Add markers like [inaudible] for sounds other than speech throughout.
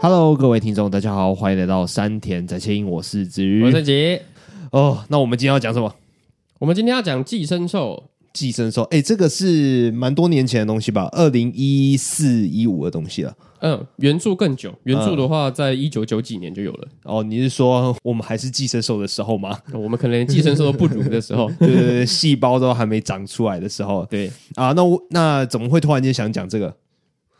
Hello，各位听众，大家好，欢迎来到山田在切音，我是子瑜我。是杰。哦，那我们今天要讲什么？我们今天要讲寄生兽，寄生兽，哎，这个是蛮多年前的东西吧，二零一四一五的东西了。嗯，原著更久，原著的话在一九九几年就有了，哦，你是说我们还是寄生兽的时候 [laughs] 吗？我们可能连寄生兽都不如的 [laughs]，时候对对对，细胞都还没长出来的时候对，啊？那我那怎么会突然间想讲这个？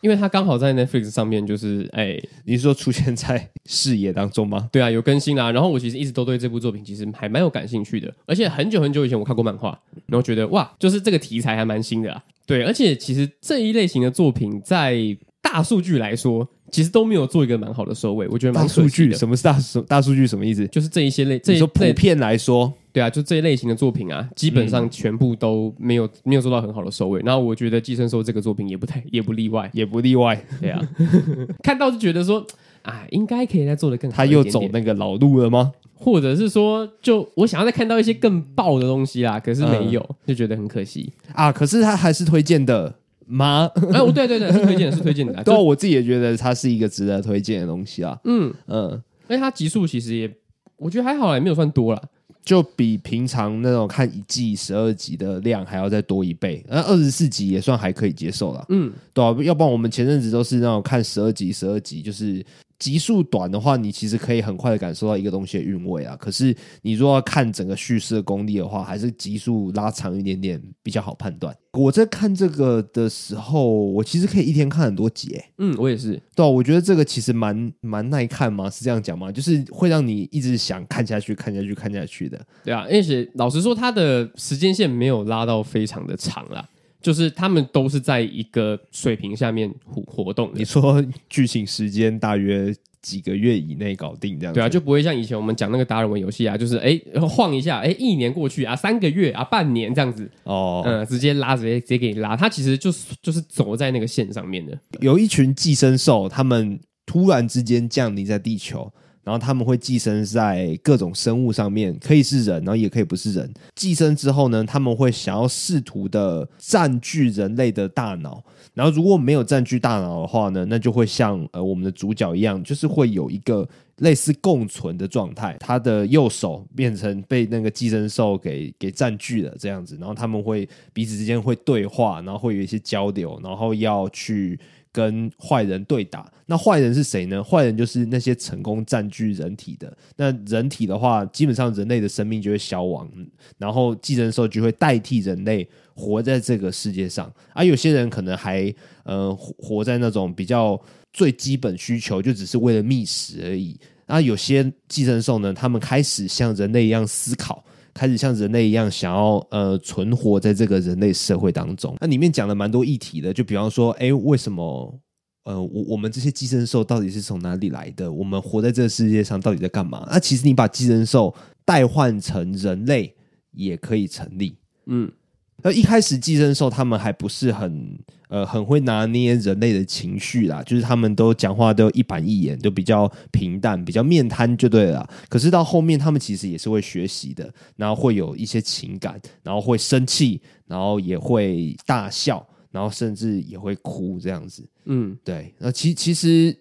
因为它刚好在 Netflix 上面，就是哎，你是说出现在视野当中吗？对啊，有更新啦。然后我其实一直都对这部作品其实还蛮有感兴趣的，而且很久很久以前我看过漫画，然后觉得哇，就是这个题材还蛮新的啦。啊对，而且其实这一类型的作品在大数据来说，其实都没有做一个蛮好的收尾，我觉得大蛮可惜数据，的。什么是大数大数据？什么意思？就是这一些类，这你一说普这遍来说，对啊，就这一类型的作品啊，基本嗯上全部都没有、没有做到很好的收尾。然后我觉得《寄生兽》这个作品也不太 [laughs] 也不例外，也不例外。[laughs] 对啊，看到就觉得说，哎，应该可以再做的更好他一点又点走那个老路了吗？或者是说，就我想要再看到一些更爆的东西啦，可是没有，嗯就觉得很可惜。 [laughs] 啊，可是他还是推荐的吗？哎，我对对对，是推荐的，是 [laughs] 推 [laughs] 荐的啊。对啊，就我自己也觉得它是一个值得推荐的东西啊。嗯，嗯，而且它集数其实也，我觉得还好啦，也没有算多啦。就比平常那种看一季十二集的量还要再多一倍，那二十四集也算还可以接受了。嗯，对啊，要不然我们前阵子都是那种看十二集、十二集，就是集数短的话，你其实可以很快的感受到一个东西的韵味啊。可是你如果要看整个叙事的功力的话，还是集数拉长一点点比较好判断。我在看这个的时候，我其实可以一天看很多集、欸，嗯，我也是。对啊、我觉得这个其实蛮蛮耐看嘛，是这样讲吗？就是会让你一直想看下去、看下去、看下去的。对啊，而且老实说，它的时间线没有拉到非常的长啦，就是他们都是在一个水平下面活活动你的。说 [laughs] 剧情时间大约几个月以内搞定这样子？对啊，就不会像以前我们讲那个达尔文游戏啊，就是哎晃一下，哎一年过去啊，三个月啊，半年这样子，哦，嗯、直接拉，直接直接给你拉。它其实就是就是走在那个线上面的。有一群寄生兽，他们突然之间降临在地球，然后他们会寄生在各种生物上面，可以是人，然后也可以不是人。寄生之后呢，他们会想要试图的占据人类的大脑，然后如果没有占据大脑的话呢，那就会像呃我们的主角一样，就是会有一个。类似共存的状态，他的右手变成被那个寄生兽给给占据了这样子，然后他们会彼此之间会对话，然后会有一些交流，然后要去跟坏人对打。那坏人是谁呢？坏人就是那些成功占据人体的。那人体的话，基本上人类的生命就会消亡，嗯然后寄生兽就会代替人类活在这个世界上。而、有些人可能还呃活活在那种比较最基本需求，就只是为了觅食而已。那有些寄生兽呢，他们开始像人类一样思考，开始像人类一样想要呃存活在这个人类社会当中。那里面讲了蛮多议题的，就比方说，哎，为什么呃我我们这些寄生兽到底是从哪里来的？我们活在这个世界上到底在干嘛？那其实你把寄生兽代换成人类也可以成立。嗯，那呃一开始寄生兽他们还不是很呃很会拿捏人类的情绪啦，就是他们都讲话都一板一眼，都比较平淡，比较面瘫就对了啦。可是到后面他们其实也是会学习的，然后会有一些情感，然后会生气，然后也会大笑，然后甚至也会哭这样子。嗯，对，那其其实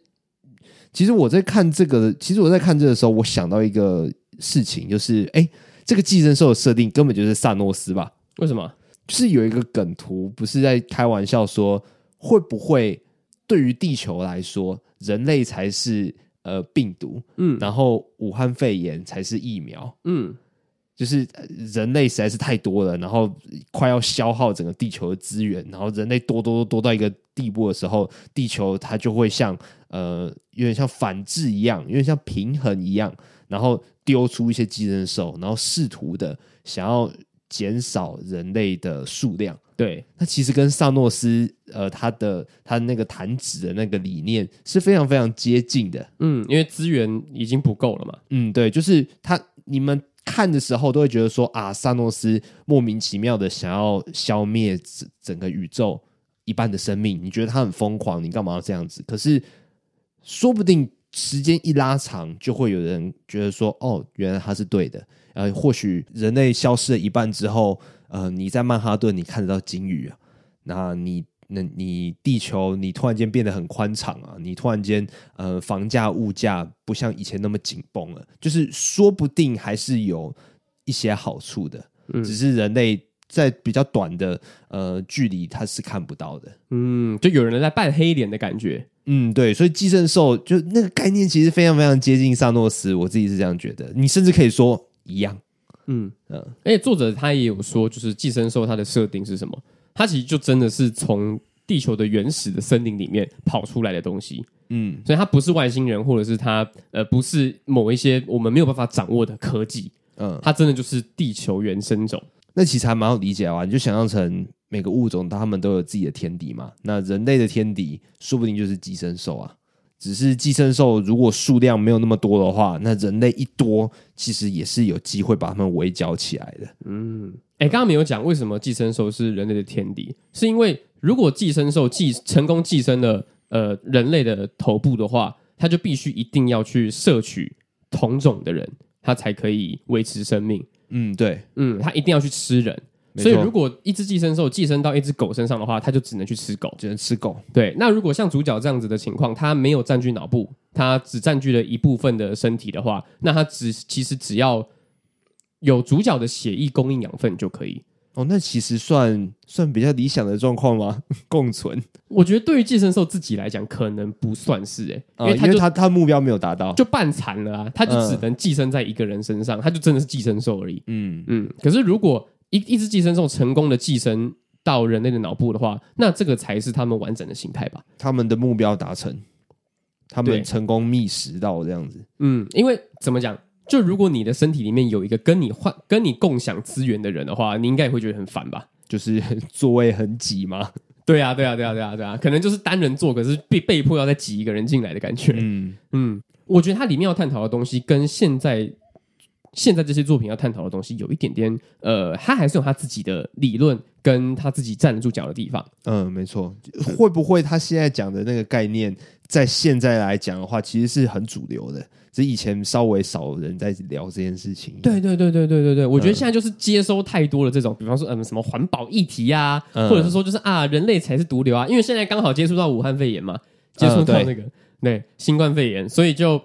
其实我在看这个，其实我在看这个时候，我想到一个事情，就是哎，这个寄生兽的设定根本就是萨诺斯吧？为什么？就是有一个梗图，不是在开玩笑说，会不会对于地球来说，人类才是呃病毒，嗯然后武汉肺炎才是疫苗，嗯，就是呃人类实在是太多了，然后快要消耗整个地球的资源，然后人类多多多多到一个地步的时候，地球它就会像呃有点像反制一样，有点像平衡一样，然后丢出一些寄生兽，然后试图的想要减少人类的数量。对，那其实跟萨诺斯呃他的他那个弹指的那个理念是非常非常接近的。嗯，因为资源已经不够了嘛。嗯，对，就是他，你们看的时候都会觉得说啊，萨诺斯莫名其妙的想要消灭整整个宇宙一半的生命，你觉得他很疯狂，你干嘛要这样子？可是说不定时间一拉长，就会有人觉得说，哦，原来他是对的。呃，或许人类消失了一半之后，呃，你在曼哈顿你看得到鲸鱼啊，那你那你地球你突然间变得很宽敞啊，你突然间呃房价物价不像以前那么紧绷了，就是说不定还是有一些好处的，嗯只是人类在比较短的呃距离它是看不到的。嗯，就有人在扮黑脸的感觉。嗯，对，所以寄生兽就那个概念其实非常非常接近萨诺斯，我自己是这样觉得。你甚至可以说一样，嗯嗯而且作者他也有说，就是寄生兽它的设定是什么？它其实就真的是从地球的原始的森林里面跑出来的东西，嗯所以它不是外星人，或者是它呃不是某一些我们没有办法掌握的科技，嗯，它真的就是地球原生种。那其实还蛮好理解啊，你就想象成每个物种它们都有自己的天敌嘛。那人类的天敌说不定就是寄生兽啊，只是寄生兽如果数量没有那么多的话，那人类一多，其实也是有机会把它们围剿起来的。哎，刚刚没有讲为什么寄生兽是人类的天敌，是因为如果寄生兽寄成功寄生了呃人类的头部的话，它就必须一定要去摄取同种的人，它才可以维持生命。嗯，对，嗯，它一定要去吃人。没所以，错如果一只寄生兽寄生到一只狗身上的话，它就只能去吃狗。只能吃狗。对，那如果像主角这样子的情况，它没有占据脑部，它只占据了一部分的身体的话，那它只其实只要有主角的血液供应养分就可以。哦，那其实算算比较理想的状况吗？ [laughs] 共存我觉得对于寄生兽自己来讲，可能不算是哎、啊、因为因它为就它它目标没有达到。就半残了啊，它就只嗯能寄生在一个人身上，它就真的是寄生兽而已。嗯，嗯，可是如果一一只寄生兽成功的寄生到人类的脑部的话，那这个才是他们完整的形态吧？他们的目标达成，他对们成功觅食到这样子。嗯，因为怎么讲，就如果你的身体里面有一个跟你换、跟你共享资源的人的话，你应该也会觉得很烦吧？就是 [laughs] 座位很挤嘛，对啊，对啊，对啊，对啊，对啊，可能就是单人做，可是被被迫要再挤一个人进来的感觉。嗯，嗯，我觉得它里面要探讨的东西跟现在现在这些作品要探讨的东西有一点点，呃，它还是有它自己的理论跟它自己站得住脚的地方。嗯，没错。会不会他现在讲的那个概念，在现在来讲的话，其实是很主流的，只是以前稍微少人在聊这件事情。对对对对对对对，我觉得现在就是接收太多了这种，比方说嗯什么环保议题啊，嗯或者是说就是啊人类才是毒瘤啊，因为现在刚好接触到武汉肺炎嘛，接触到对那个、对新冠肺炎，所以就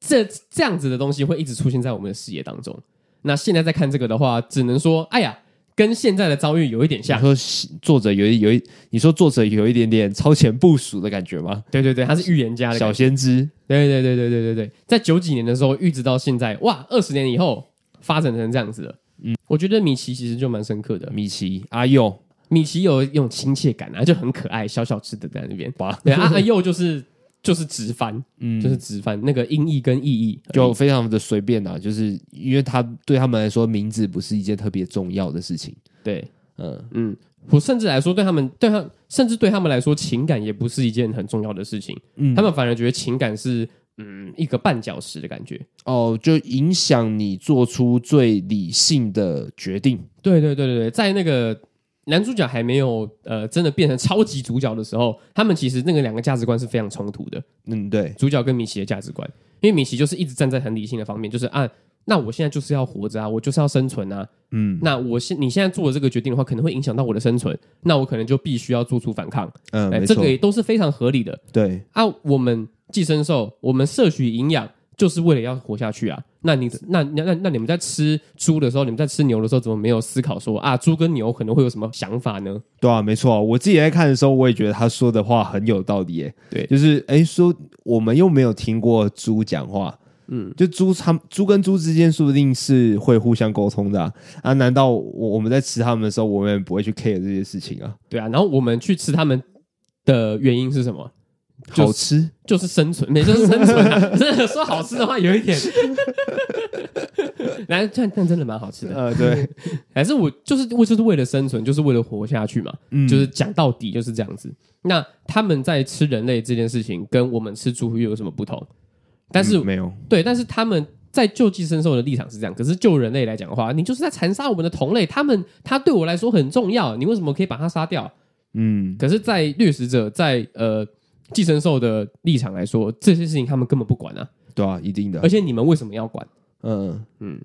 这这样子的东西会一直出现在我们的视野当中。那现在在看这个的话，只能说哎呀，跟现在的遭遇有一点你像。说作者有一有一，你说作者有一点点超前部署的感觉吗？对对对，他是预言家的感小觉。先知，对对对对对对对，在九几年的时候预知到现在，哇，二十年以后发展成这样子了。嗯，我觉得米奇其实就蛮深刻的。米奇、阿佑，米奇有一种亲切感啊，就很可爱，小小只的在那边。吧，对啊，阿佑就是就是直翻，嗯，就是直翻、那个音译跟意译就非常的随便啊，就是因为他对他们来说，名字不是一件特别重要的事情。对，嗯，嗯，我甚至来说对他们对他甚至对他们来说，情感也不是一件很重要的事情，嗯他们反而觉得情感是嗯一个绊脚石的感觉。哦，就影响你做出最理性的决定。对对对对对，在那个男主角还没有呃真的变成超级主角的时候，他们其实那个两个价值观是非常冲突的，嗯，对，主角跟米奇的价值观，因为米奇就是一直站在很理性的方面，就是啊，那我现在就是要活着啊，我就是要生存啊，嗯那我现你现在做的这个决定的话，可能会影响到我的生存，那我可能就必须要做出反抗，嗯，哎、没这错个，也都是非常合理的对，啊。我们寄生兽，我们摄取营养。就是为了要活下去啊！那你那那那那你们在吃猪的时候，你们在吃牛的时候，怎么没有思考说啊，猪跟牛可能会有什么想法呢？对啊，没错啊，我自己在看的时候，我也觉得他说的话很有道理耶。对就是哎，说我们又没有听过猪讲话，嗯，就猪它们猪跟猪之间说不定是会互相沟通的啊。啊难道我我们在吃它们的时候，我们也不会去 care 这些事情啊？对啊，然后我们去吃它们的原因是什么？就是好吃，就是生存， [laughs] 没就是生存、啊。 [laughs] 真的说好吃的话，有一点， [laughs] 来，但但真的蛮好吃的。呃，对，还是我就是我就是为了生存，就是为了活下去嘛。 [laughs] 嗯就是讲到底就是这样子。那他们在吃人类这件事情，跟我们吃猪又有什么不同？但是、嗯没有，对，但是他们在救寄生兽的立场是这样，可是救人类来讲的话，你就是在残杀我们的同类，他们他对我来说很重要，你为什么可以把他杀掉？嗯，可是，在掠食者在呃寄生兽的立场来说，这些事情他们根本不管啊。对啊，一定的而，且你们为什么要管？嗯嗯 [laughs] 嗯。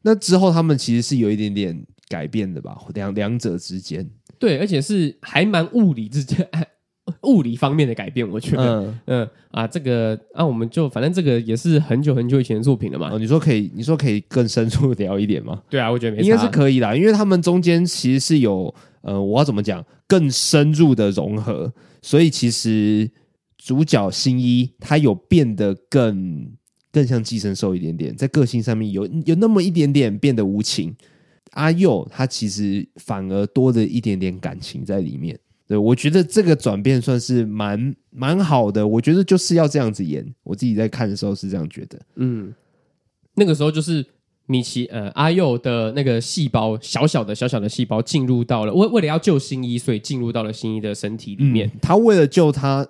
那之后他们其实是有一点点改变的吧？两两者之间，对，而且是还蛮物理之间 [laughs] 物理方面的改变，我觉得。嗯嗯，啊，这个啊，我们就反正这个也是很久很久以前的作品了嘛。哦，你说可以，你说可以更深入地聊一点吗？对啊，我觉得没应该差是可以啦，因为他们中间其实是有呃，我要怎么讲更深入的融合，所以其实主角新一他有变得更更像寄生兽一点点，在个性上面有有那么一点点变得无情。阿佑他其实反而多了一点点感情在里面，对我觉得这个转变算是蛮蛮好的，我觉得就是要这样子演，我自己在看的时候是这样觉得。嗯，那个时候就是米奇呃阿佑的那个细胞，小小的小小的细胞进入到了为为了要救新一，所以进入到了新一的身体里面。嗯他为了救他，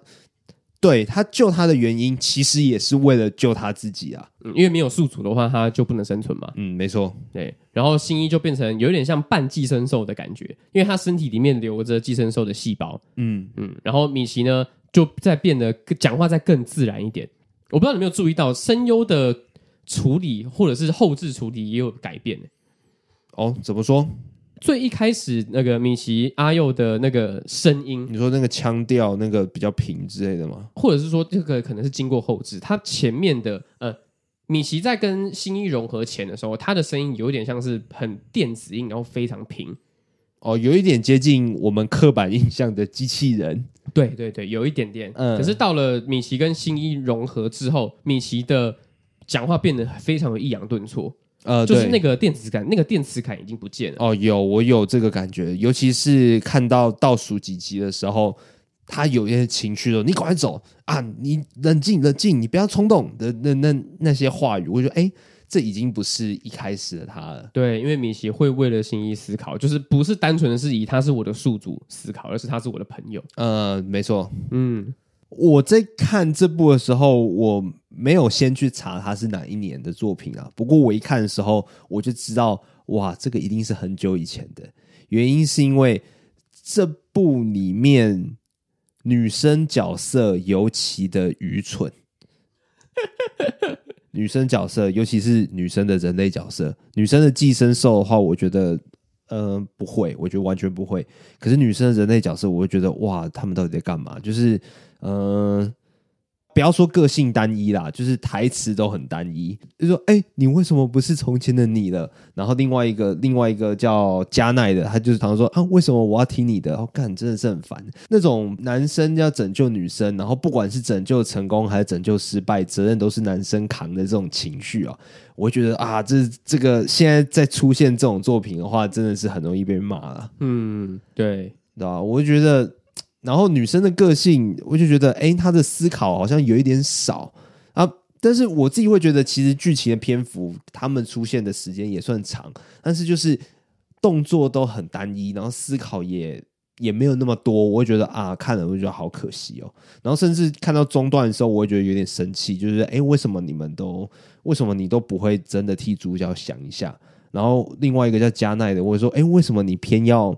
对他救他的原因，其实也是为了救他自己啊。嗯因为没有宿主的话，它就不能生存嘛。嗯，没错，对，然后新一就变成有点像半寄生兽的感觉，因为它身体里面留着寄生兽的细胞。嗯，嗯，然后米奇呢就再变得更讲话再更自然一点。我不知道你有没有注意到声优的处理或者是后置处理也有改变、哦，怎么说？最一开始那个米奇阿佑的那个声音，你说那个腔调那个比较平之类的吗？或者是说这个可能是经过后置，他前面的呃，米奇在跟新一融合前的时候，他的声音有点像是很电子音，然后非常平。哦，有一点接近我们刻板印象的机器人。对对对，有一点点。嗯可是到了米奇跟新一融合之后，米奇的讲话变得非常有抑扬顿挫，呃，就是那个个电子感，那个电磁感已经不见了。哦，有我有这个感觉，尤其是看到倒数几集的时候。他有一些情绪的，你赶快走啊！你冷静冷静，你不要冲动的那那那些话语，我就觉得哎、这已经不是一开始的他了。对，因为米奇会为了新一思考，就是不是单纯的是以他是我的宿主思考，而是他是我的朋友。呃，没错，嗯，我在看这部的时候，我没有先去查它是哪一年的作品啊。不过我一看的时候，我就知道，哇，这个一定是很久以前的。原因是因为这部里面女生角色尤其的愚蠢，女生角色，尤其是女生的人类角色，女生的寄生兽的话，我觉得。呃，不会，我觉得完全不会。可是女生的人类角色，我会觉得哇，他们到底在干嘛？就是嗯，不要说个性单一啦，就是台词都很单一。就说，哎、你为什么不是从前的你了？然后另外一个，另外一个叫加奈的，他就是常常说，啊，为什么我要听你的？哦，干，真的是很烦。那种男生要拯救女生，然后不管是拯救成功还是拯救失败，责任都是男生扛的这种情绪啊，我觉得啊，这这个现在再出现这种作品的话，真的是很容易被骂了。嗯，对，你知道吧？我就觉得，然后女生的个性，我就觉得，哎、她的思考好像有一点少啊。但是我自己会觉得，其实剧情的篇幅，他们出现的时间也算长，但是就是动作都很单一，然后思考也也没有那么多。我会觉得啊，看了我就觉得好可惜哦。然后甚至看到中段的时候，我会觉得有点生气，就是哎、诶为什么你们都为什么你都不会真的替主角想一下？然后另外一个叫加奈的，我会说，哎、为什么你偏要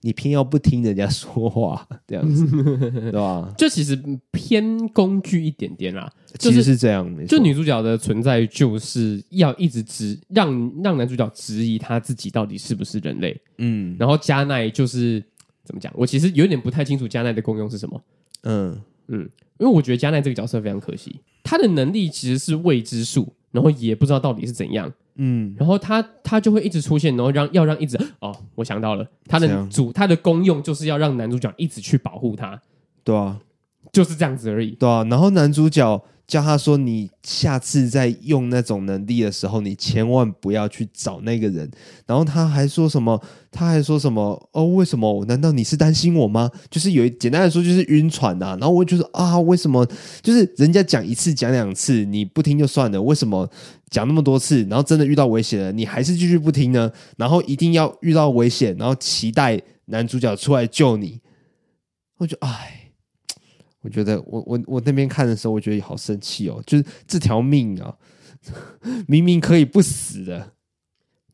你偏要不听人家说话这样子， [laughs] 对吧？就其实偏工具一点点啦，就其实是是这样，没错就女主角的存在就是要一直质让让男主角质疑他自己到底是不是人类，嗯然后加奈就是怎么讲，我其实有点不太清楚加奈的功用是什么，嗯因为我觉得加奈这个角色非常可惜，她的能力其实是未知数，然后也不知道到底是怎样，嗯，然后他他就会一直出现，然后让要让一直哦，我想到了，他怎的样主他的功用就是要让男主角一直去保护他，对啊就是这样子而已。对啊。然后男主角叫他说：“你下次再用那种能力的时候，你千万不要去找那个人。”然后他还说什么？他还说什么？哦，为什么？难道你是担心我吗？就是有一简单来说，就是晕船呐、啊。然后我就觉得啊，为什么？就是人家讲一次讲两次，你不听就算了，为什么讲那么多次？然后真的遇到危险了，你还是继续不听呢？然后一定要遇到危险，然后期待男主角出来救你。我就哎，我觉得我我我那边看的时候，我觉得好生气哦，就是这条命啊， [laughs] 明明可以不死的，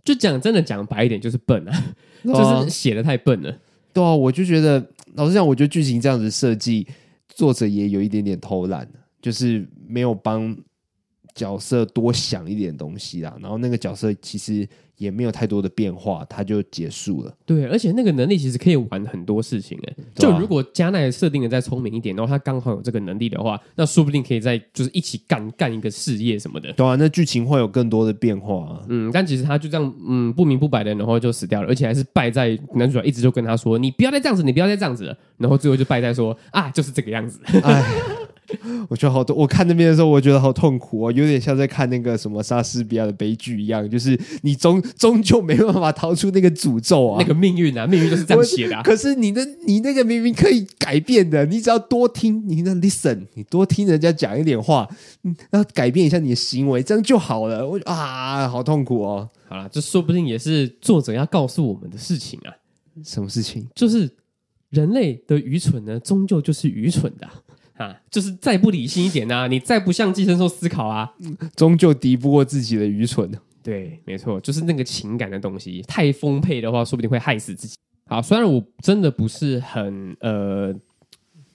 就讲真的讲白一点，就是笨啊，对啊就是写的太笨了。对啊，我就觉得，老实讲，我觉得剧情这样子设计，作者也有一点点偷懒，就是没有帮角色多想一点东西啦。然后那个角色其实也没有太多的变化，它就结束了。对，而且那个能力其实可以玩很多事情哎、对就啊如果加奈设定的再聪明一点，然后他刚好有这个能力的话，那说不定可以再就是一起干干一个事业什么的。对啊，那剧情会有更多的变化、啊。嗯，但其实他就这样，嗯，不明不白的，然后就死掉了，而且还是败在男主角一直就跟他说：“你不要再这样子，你不要再这样子了。”然后最后就败在说：“啊，就是这个样子。 [laughs] 哎我觉得好痛，我看那边的时候，我觉得好痛苦哦，有点像在看那个什么莎士比亚的悲剧一样，就是你终终究没办法逃出那个诅咒啊。[laughs] 那个命运啊，命运就是这样写的、啊。可是你的你那个明明可以改变的，你只要多听，你那 listen，你多听人家讲一点话，嗯，然后改变一下你的行为，这样就好了。我啊，好痛苦哦，好啦，这说不定也是作者要告诉我们的事情啊，什么事情？就是人类的愚蠢呢，终究就是愚蠢的啊啊，就是再不理性一点啊，你 [laughs] 再不向寄生兽思考啊，终究敌不过自己的愚蠢。对，没错，就是那个情感的东西太丰沛的话，说不定会害死自己。好，虽然我真的不是很呃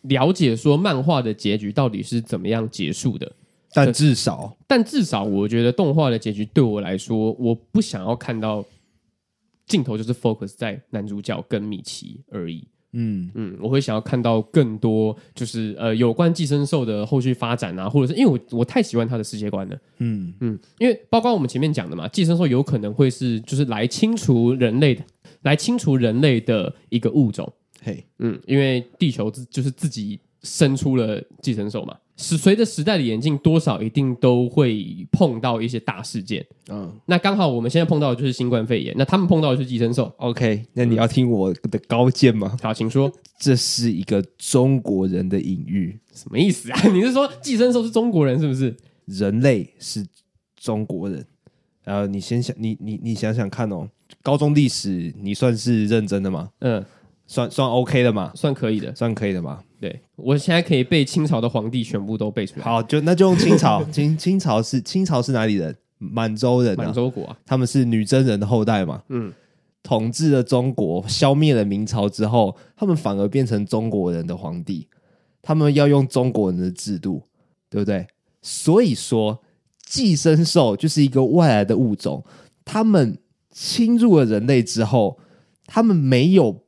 了解说漫画的结局到底是怎么样结束的，但至少，但至少我觉得动画的结局对我来说，我不想要看到镜头就是 focus 在男主角跟米奇而已。嗯，嗯，我会想要看到更多，就是呃有关寄生兽的后续发展啊，或者是因为我我太喜欢他的世界观了。嗯，嗯，因为包括我们前面讲的嘛，寄生兽有可能会是就是来清除人类的，来清除人类的一个物种。嘿，嗯，因为地球自就是自己生出了寄生兽嘛，是随着时代的演进，多少一定都会碰到一些大事件。嗯那刚好我们现在碰到的就是新冠肺炎，那他们碰到的就是寄生兽。 ，OK，那你要听我的高见吗？好，请说这是一个中国人的隐喻，什么意思啊？ [laughs] 你是说寄生兽是中国人是不是？人类是中国人。呃，你先想，你你你想想看哦，高中历史你算是认真的吗？嗯，算算 OK 的嘛，算可以的。算可以的嘛。对我现在可以背清朝的皇帝全部都背出 [laughs] 来。，好，就那就用清朝，清清朝是清朝是哪里人？满洲人、满啊，洲国啊，他们是女真人的后代嘛。嗯，统治了中国，消灭了明朝之后，他们反而变成中国人的皇帝，他们要用中国人的制度，对不对？所以说，寄生兽就是一个外来的物种，他们侵入了人类之后，他们没有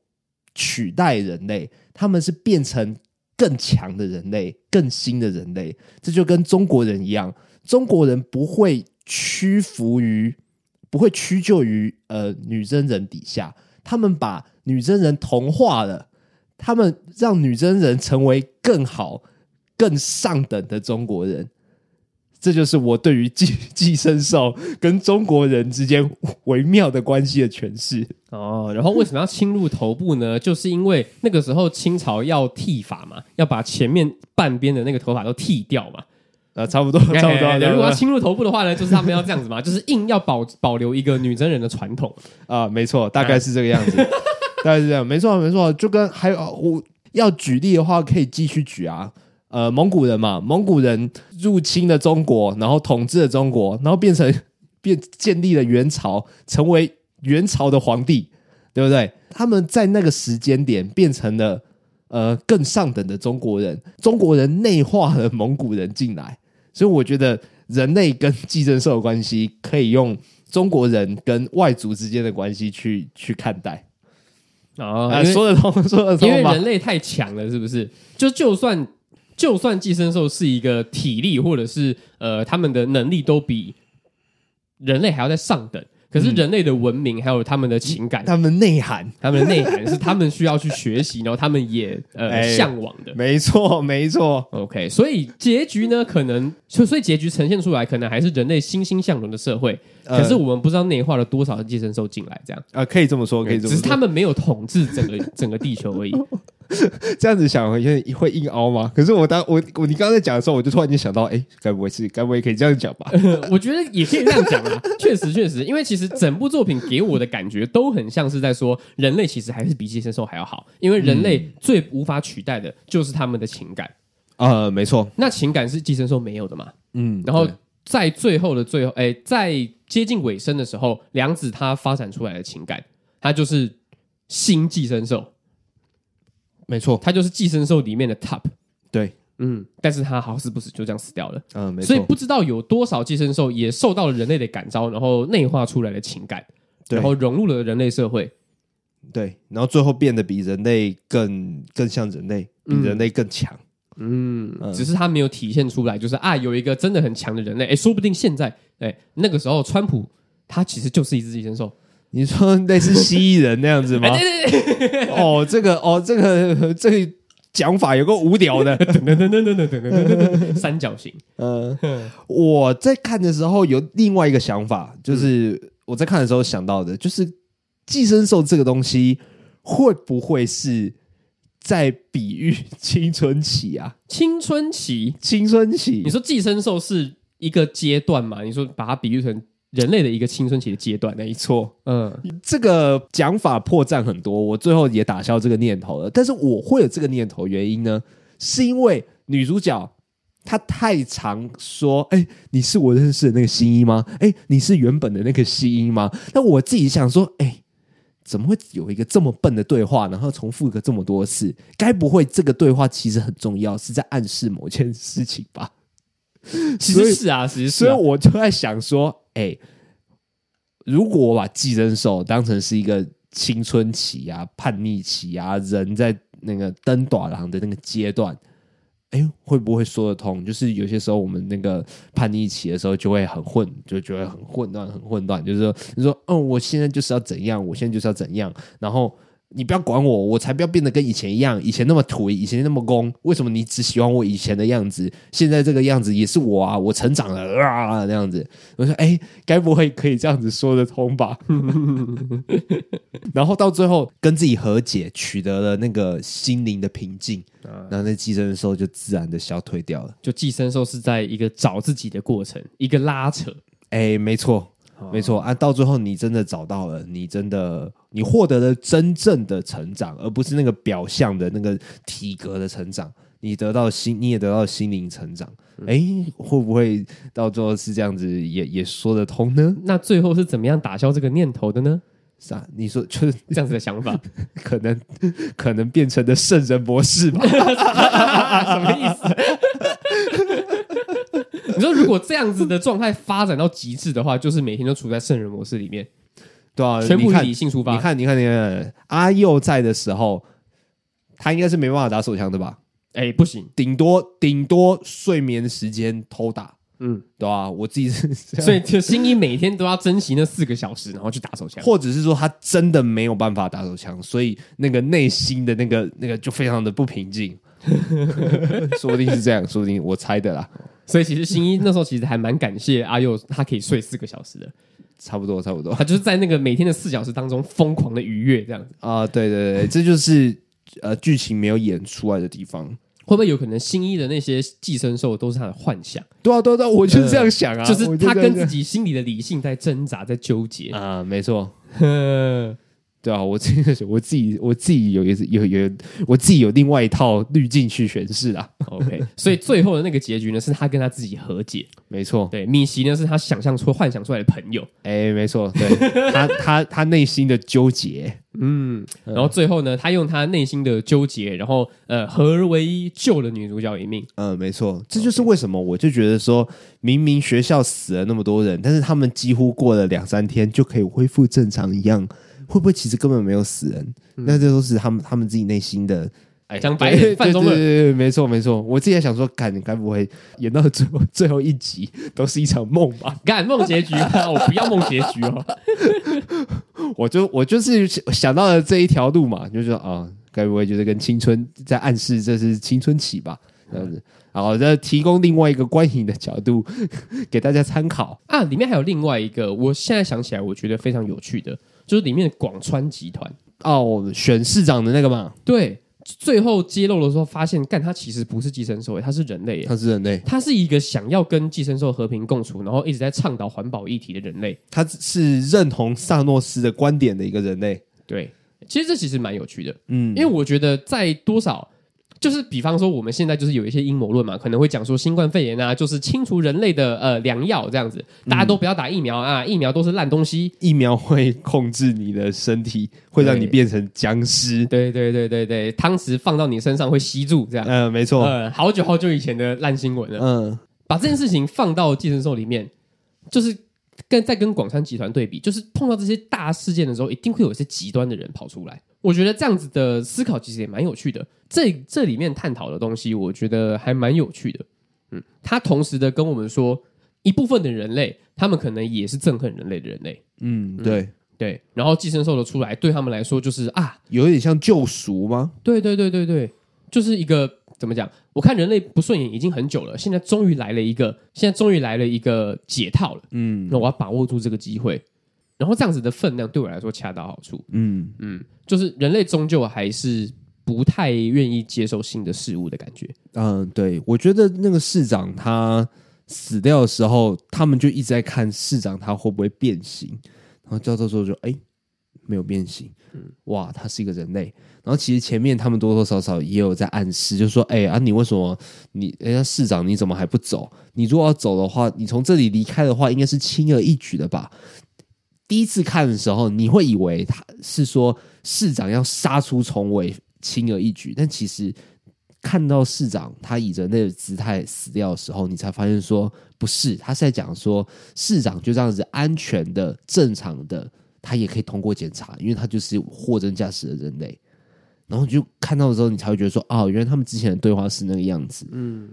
取代人类，他们是变成更强的人类、更新的人类。这就跟中国人一样，中国人不会屈服于不会屈就于呃女真人底下，他们把女真人同化了，他们让女真人成为更好、更上等的中国人。这就是我对于寄 [laughs] 寄生兽跟中国人之间微妙的关系的诠释。哦，然后为什么要侵入头部呢？就是因为那个时候清朝要剃发嘛，要把前面半边的那个头发都剃掉嘛。啊，差不多， [laughs] 差不多，哎差如果要不多侵入头部的话呢，就是他们要这样子嘛，就是硬要保 [laughs] 保留一个女真人的传统。啊，没错，大概是这个样子， [laughs] 大概是这样，没错，没错，就跟还有我要举例的话，可以继续举啊。呃，蒙古人嘛，蒙古人入侵了中国，然后统治了中国，然后变成 [laughs] 变建立了元朝，成为元朝的皇帝，对不对？他们在那个时间点变成了呃更上等的中国人，中国人内化了蒙古人进来，所以我觉得人类跟寄生兽的关系可以用中国人跟外族之间的关系去去看待。哦，啊，因为说得通，说得 [laughs] 因为通吧人？类太强了，是不是？就就算就算寄生兽是一个体力或者是呃他们的能力都比人类还要在上等，可嗯是人类的文明还有他们的情感。 [laughs] 他们内涵，他们的内涵是他们需要去学习，然后他们也 [laughs] 呃哎向往的。没错，没错， OK，所以结局呢，可能所以所以结局呈现出来，可能还是人类欣欣向荣的社会，呃可是我们不知道内化了多少的寄生兽进来，这样，啊，可以这么说，可以这么只是他说。们没有统治整个整个地球而已。这样子想有点会硬凹吗？可是我当我我你刚才讲的时候，我就突然间想到，哎，该不会是该不会可以这样讲吧？ [laughs] 我觉得也可以这样讲啊，确实确实，因为其实整部作品给我的感觉都很像是在说，人类其实还是比寄生兽还要好，因为人类最无法取代的就是他们的情感， [laughs] 呃，没错，那情感是寄生兽没有的嘛，嗯然后对在最后的最后，哎，在接近尾声的时候，良子他发展出来的情感，他就是新寄生兽，没错，他就是寄生兽里面的 top。对，嗯，但是他好死不死就这样死掉了。嗯，没所以错不，知道有多少寄生兽也受到了人类的感召，然后内化出来的情感，对然后融入了人类社会。对，然后最后变得比人类更更像人类，比嗯人类更强。嗯，嗯只是他没有体现出来，就是啊，有一个真的很强的人类，哎，说不定现在，哎，那个时候川普他其实就是一只寄生兽，你说类似蜥蜴人那样子吗哎，？对对哦，这个哦，这个 [laughs] 这个讲法有个无聊的。对，等等等等等等等等等，三角形，嗯，我在看的时候有另外一个想法，嗯就是我在看的时候想到的，就是寄生兽这个东西会不会是在比喻青春期啊？青春期，青春期你，说寄生兽是一个阶段嘛？你说把它比喻成人类的一个青春期的阶段那一没次，错，嗯这个讲法破绽很多，我最后也打消这个念头了。但是我会有这个念头，原因呢，是因为女主角她太常说：“哎、你是我认识的那个新一吗？哎、你是原本的那个新一吗？”那我自己想说：“哎、怎么会有一个这么笨的对话，然后重复个这么多次？该不会这个对话其实很重要，是在暗示某件事情吧？”其所以实是啊，其实是所以啊、我就在想说，哎、如果我把寄生兽当成是一个青春期啊、叛逆期啊，人在那个登短廊的那个阶段，哎、会不会说得通？就是有些时候我们那个叛逆期的时候，就会很混，就觉得很混乱、很混乱。就是说，你说，嗯，我现在就是要怎样，我现在就是要怎样，然后。你不要管我，我才不要变得跟以前一样，以前那么土，以前那么攻，为什么你只喜欢我以前的样子？现在这个样子也是我啊，我成长了啊，那样子。我说，哎、该不会可以这样子说得通吧？ [laughs] 然后到最后跟自己和解，取得了那个心灵的平静，嗯然后那寄生兽就自然的消退掉了。就寄生兽是在一个找自己的过程，一个拉扯。哎、没错，哦没错啊！到最后你真的找到了，你真的你获得了真正的成长，而不是那个表象的那个体格的成长。你得到心，你也得到心灵成长。嗯哎、会不会到最后是这样子也也说得通呢？那最后是怎么样打消这个念头 [laughs] 的呢？是啊，你说就是这样子的想法可能 [laughs] 可能变成的圣人博士 [laughs] 吧？啊什么意思？ [laughs] 你说如果这样子的状态发展到极致的话，就是每天都处在圣人模式里面，对啊，全部你以看理性出你发。看，你看，你看，阿佑在的时候，他应该是没办法打手枪的吧？哎，不行，顶多顶多睡眠时间偷打，嗯，对吧、我自己是这样所以就新一每天都要珍惜那四个小时，然后去打 [laughs] 手枪。或者是说他真的没有办法打手枪，所以那个内心的那个那个就非常的不平静， [laughs] 说不定是这样，说不定我猜的啦，所以其实新一那时候其实还蛮感谢阿佑，他可以睡四个小时的，差不多，差不多他就是在那个每天的四小时当中疯狂的愉悦这样子。啊、对对对，这就是呃剧情没有演出来的地方。会不会有可能新一的那些寄生兽都是他的幻想，对啊，对啊，对啊，我就是这样想啊，呃就是我他这样跟自想己心里的理性在挣扎，在纠结。啊、没错，嗯，对啊，我自己我自己我自己有一有有我自己有另外一套滤镜去诠释啦， [laughs] OK，所以最后的那个结局呢，是他跟他自己和解。没错，对，米奇呢是他想象出、幻想出来的朋友。哎，没错，对 [laughs] 他他他内心的纠结，嗯，然后最后呢，他用他内心的纠结，然后呃合而为一，救了女主角一命。嗯，没错，这就是为什么我就觉得说，明明学校死了那么多人，但是他们几乎过了两三天就可以恢复正常一样，会不会其实根本没有死人？那这都是他们他们自己内心的。嗯哎讲白一点对犯中了对对对对，没错没错，我自己也想说，看你该不会演到最后 [laughs] 最后一集都是一场梦吧？干梦结局，啊我不要梦结局哦。我就我就是想到了这一条路嘛，就说啊，该不会就是跟青春在暗示这是青春期吧？这样子，然后再提供另外一个观影的角度给大家参考。啊，里面还有另外一个，我现在想起来，我觉得非常有趣的，就是里面的广川集团。哦，选市长的那个嘛，对，最后揭露的时候发现，干他其实不是寄生兽，他是人类耶。他是人类，他是一个想要跟寄生兽和平共处，然后一直在倡导环保议题的人类。他是认同萨诺斯的观点的一个人类。对，其实这其实蛮有趣的，嗯因为我觉得在多少就是比方说我们现在就是有一些阴谋论嘛，可能会讲说新冠肺炎啊，就是清除人类的呃良药这样子，大家都不要打疫苗啊，疫苗都是烂东西。疫苗会控制你的身体，会让你对变成僵尸。对对对对对，汤匙放到你身上会吸住这样。呃，没错，呃，好久好久以前的烂新闻了。嗯，把这件事情放到寄生兽里面，就是跟在跟广山集团对比，就是碰到这些大事件的时候，一定会有一些极端的人跑出来。我觉得这样子的思考其实也蛮有趣的。这这里面探讨的东西，我觉得还蛮有趣的。嗯，他同时的跟我们说，一部分的人类，他们可能也是憎恨人类的人类，嗯，对，对。然后寄生兽的出来，对他们来说就是啊，有点像救赎吗？对对对对对，就是一个怎么讲？我看人类不顺眼已经很久了，现在终于来了一个，现在终于来了一个解套了。嗯那我要把握住这个机会，然后这样子的分量对我来说恰到好处。嗯，嗯，就是人类终究还是不太愿意接受新的事物的感觉。嗯，对，我觉得那个市长他死掉的时候，他们就一直在看市长他会不会变形，然后教授说就哎、没有变形，哇，他是一个人类。然后其实前面他们多多少少也有在暗示，就说哎、啊，你为什么你人家市长你怎么还不走？你如果要走的话，你从这里离开的话，应该是轻而易举的吧。第一次看的时候，你会以为他是说市长要杀出重围，轻而易举，但其实看到市长他以人类的姿态死掉的时候，你才发现说不是，他是在讲说市长就这样子安全的、正常的，他也可以通过检查，因为他就是货真价实的人类。然后你就看到的时候，你才会觉得说，哦，原来他们之前的对话是那个样子。嗯，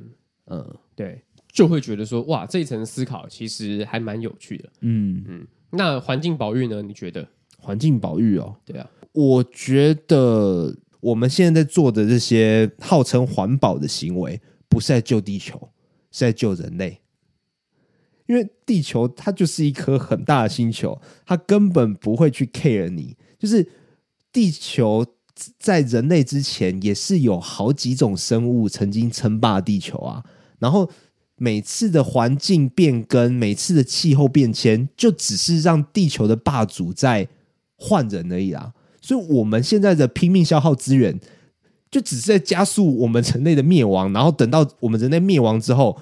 嗯对，就会觉得说，哇，这一层思考其实还蛮有趣的。嗯，那环境保育呢？你觉得？环境保育哦，对啊，我觉得我们现在在做的这些号称环保的行为，不是在救地球，是在救人类。因为地球它就是一颗很大的星球，它根本不会去 care 你。就是地球在人类之前，也是有好几种生物曾经称霸地球啊。然后每次的环境变更，每次的气候变迁，就只是让地球的霸主在换人而已啦。所以我们现在的拼命消耗资源，就只是在加速我们人类的灭亡。然后等到我们人类灭亡之后，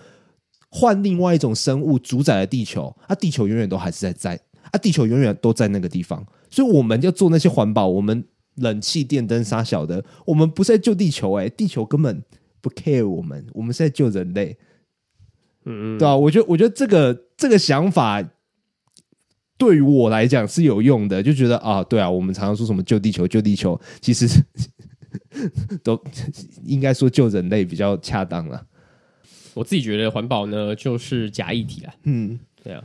换另外一种生物主宰了地球，啊，地球永远都还是在在，啊，地球永远都在那个地方。所以我们要做那些环保，我们冷气、电灯、啥小的，我们不是在救地球、欸，地球根本不 care 我们，我们是在救人类。嗯，对啊，我觉得我觉得这个这个想法对于我来讲是有用的，就觉得啊，对啊，我们常常说什么救地球救地球，其实 [laughs] 都应该说救人类比较恰当了。我自己觉得环保呢就是假议题啦。嗯，对啊，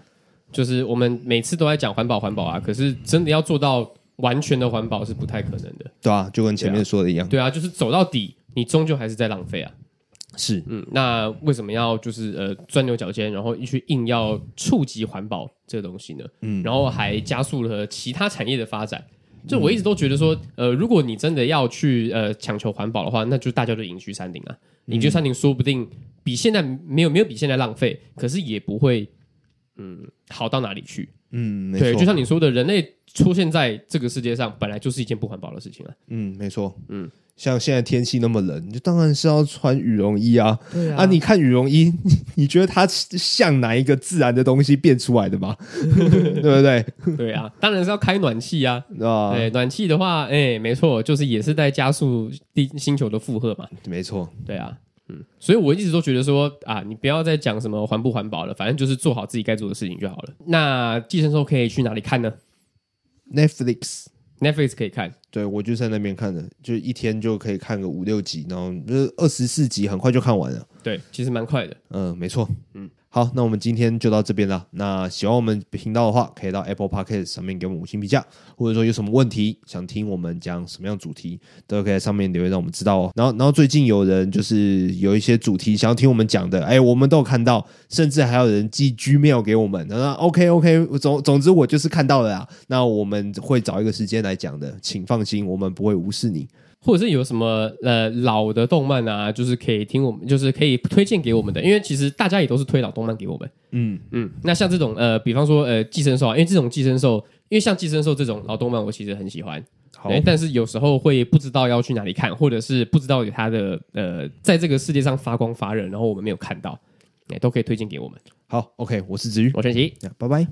就是我们每次都在讲环保环保啊，可是真的要做到完全的环保是不太可能的。对啊，就跟前面说的一样，对啊，就是走到底，你终究还是在浪费啊。是嗯，那为什么要就是呃钻牛角尖，然后去硬要触及环保这个东西呢？嗯，然后还加速了其他产业的发展。就我一直都觉得说，嗯呃，如果你真的要去呃强求环保的话，那就大家就隐居山林啊。嗯隐居山林说不定比现在没有没有比现在浪费，可是也不会嗯好到哪里去。嗯，没对，就错，像你说的，人类出现在这个世界上本来就是一件不环保的事情啊。嗯，没错，嗯嗯。像现在天气那么冷，你就当然是要穿羽绒衣啊！对啊，你看羽绒衣， [laughs] 你你觉得它像哪一个自然的东西变出来的吗？ [laughs] 对不对？对啊，当然是要开暖气啊。啊，对，暖气的话，哎，没错，就是也是在加速地星球的负荷嘛。没错，对啊，嗯，所以我一直都觉得说啊，你不要再讲什么环不环保了，反正就是做好自己该做的事情就好了。那寄生兽可以去哪里看呢 Netflix ？Netflix 可以看，对，我就在那边看的，就一天就可以看个五六集，然后就是二十四集，很快就看完了。对，其实蛮快的。嗯、没错。嗯，好，那我们今天就到这边了。那喜欢我们频道的话，可以到 Apple Podcast 上面给我们五星评价，或者说有什么问题想听我们讲什么样主题，都可以在上面留言让我们知道哦。然后，然后最近有人就是有一些主题想要听我们讲的，哎，我们都有看到，甚至还有人寄 Gmail 给我们。那 OK OK，总总之我就是看到了啦。那我们会找一个时间来讲的，请放心，我们不会无视你。或者是有什么呃老的动漫啊，就是可以听我们，就是可以推荐给我们的，因为其实大家也都是推老动漫给我们。嗯嗯，那像这种呃，比方说呃寄生兽啊，因为这种寄生兽，因为像寄生兽这种老动漫，我其实很喜欢。好对，但是有时候会不知道要去哪里看，或者是不知道有它的呃，在这个世界上发光发热，然后我们没有看到，哎，都可以推荐给我们。好，OK，我是子瑜，我是陈奇，拜拜。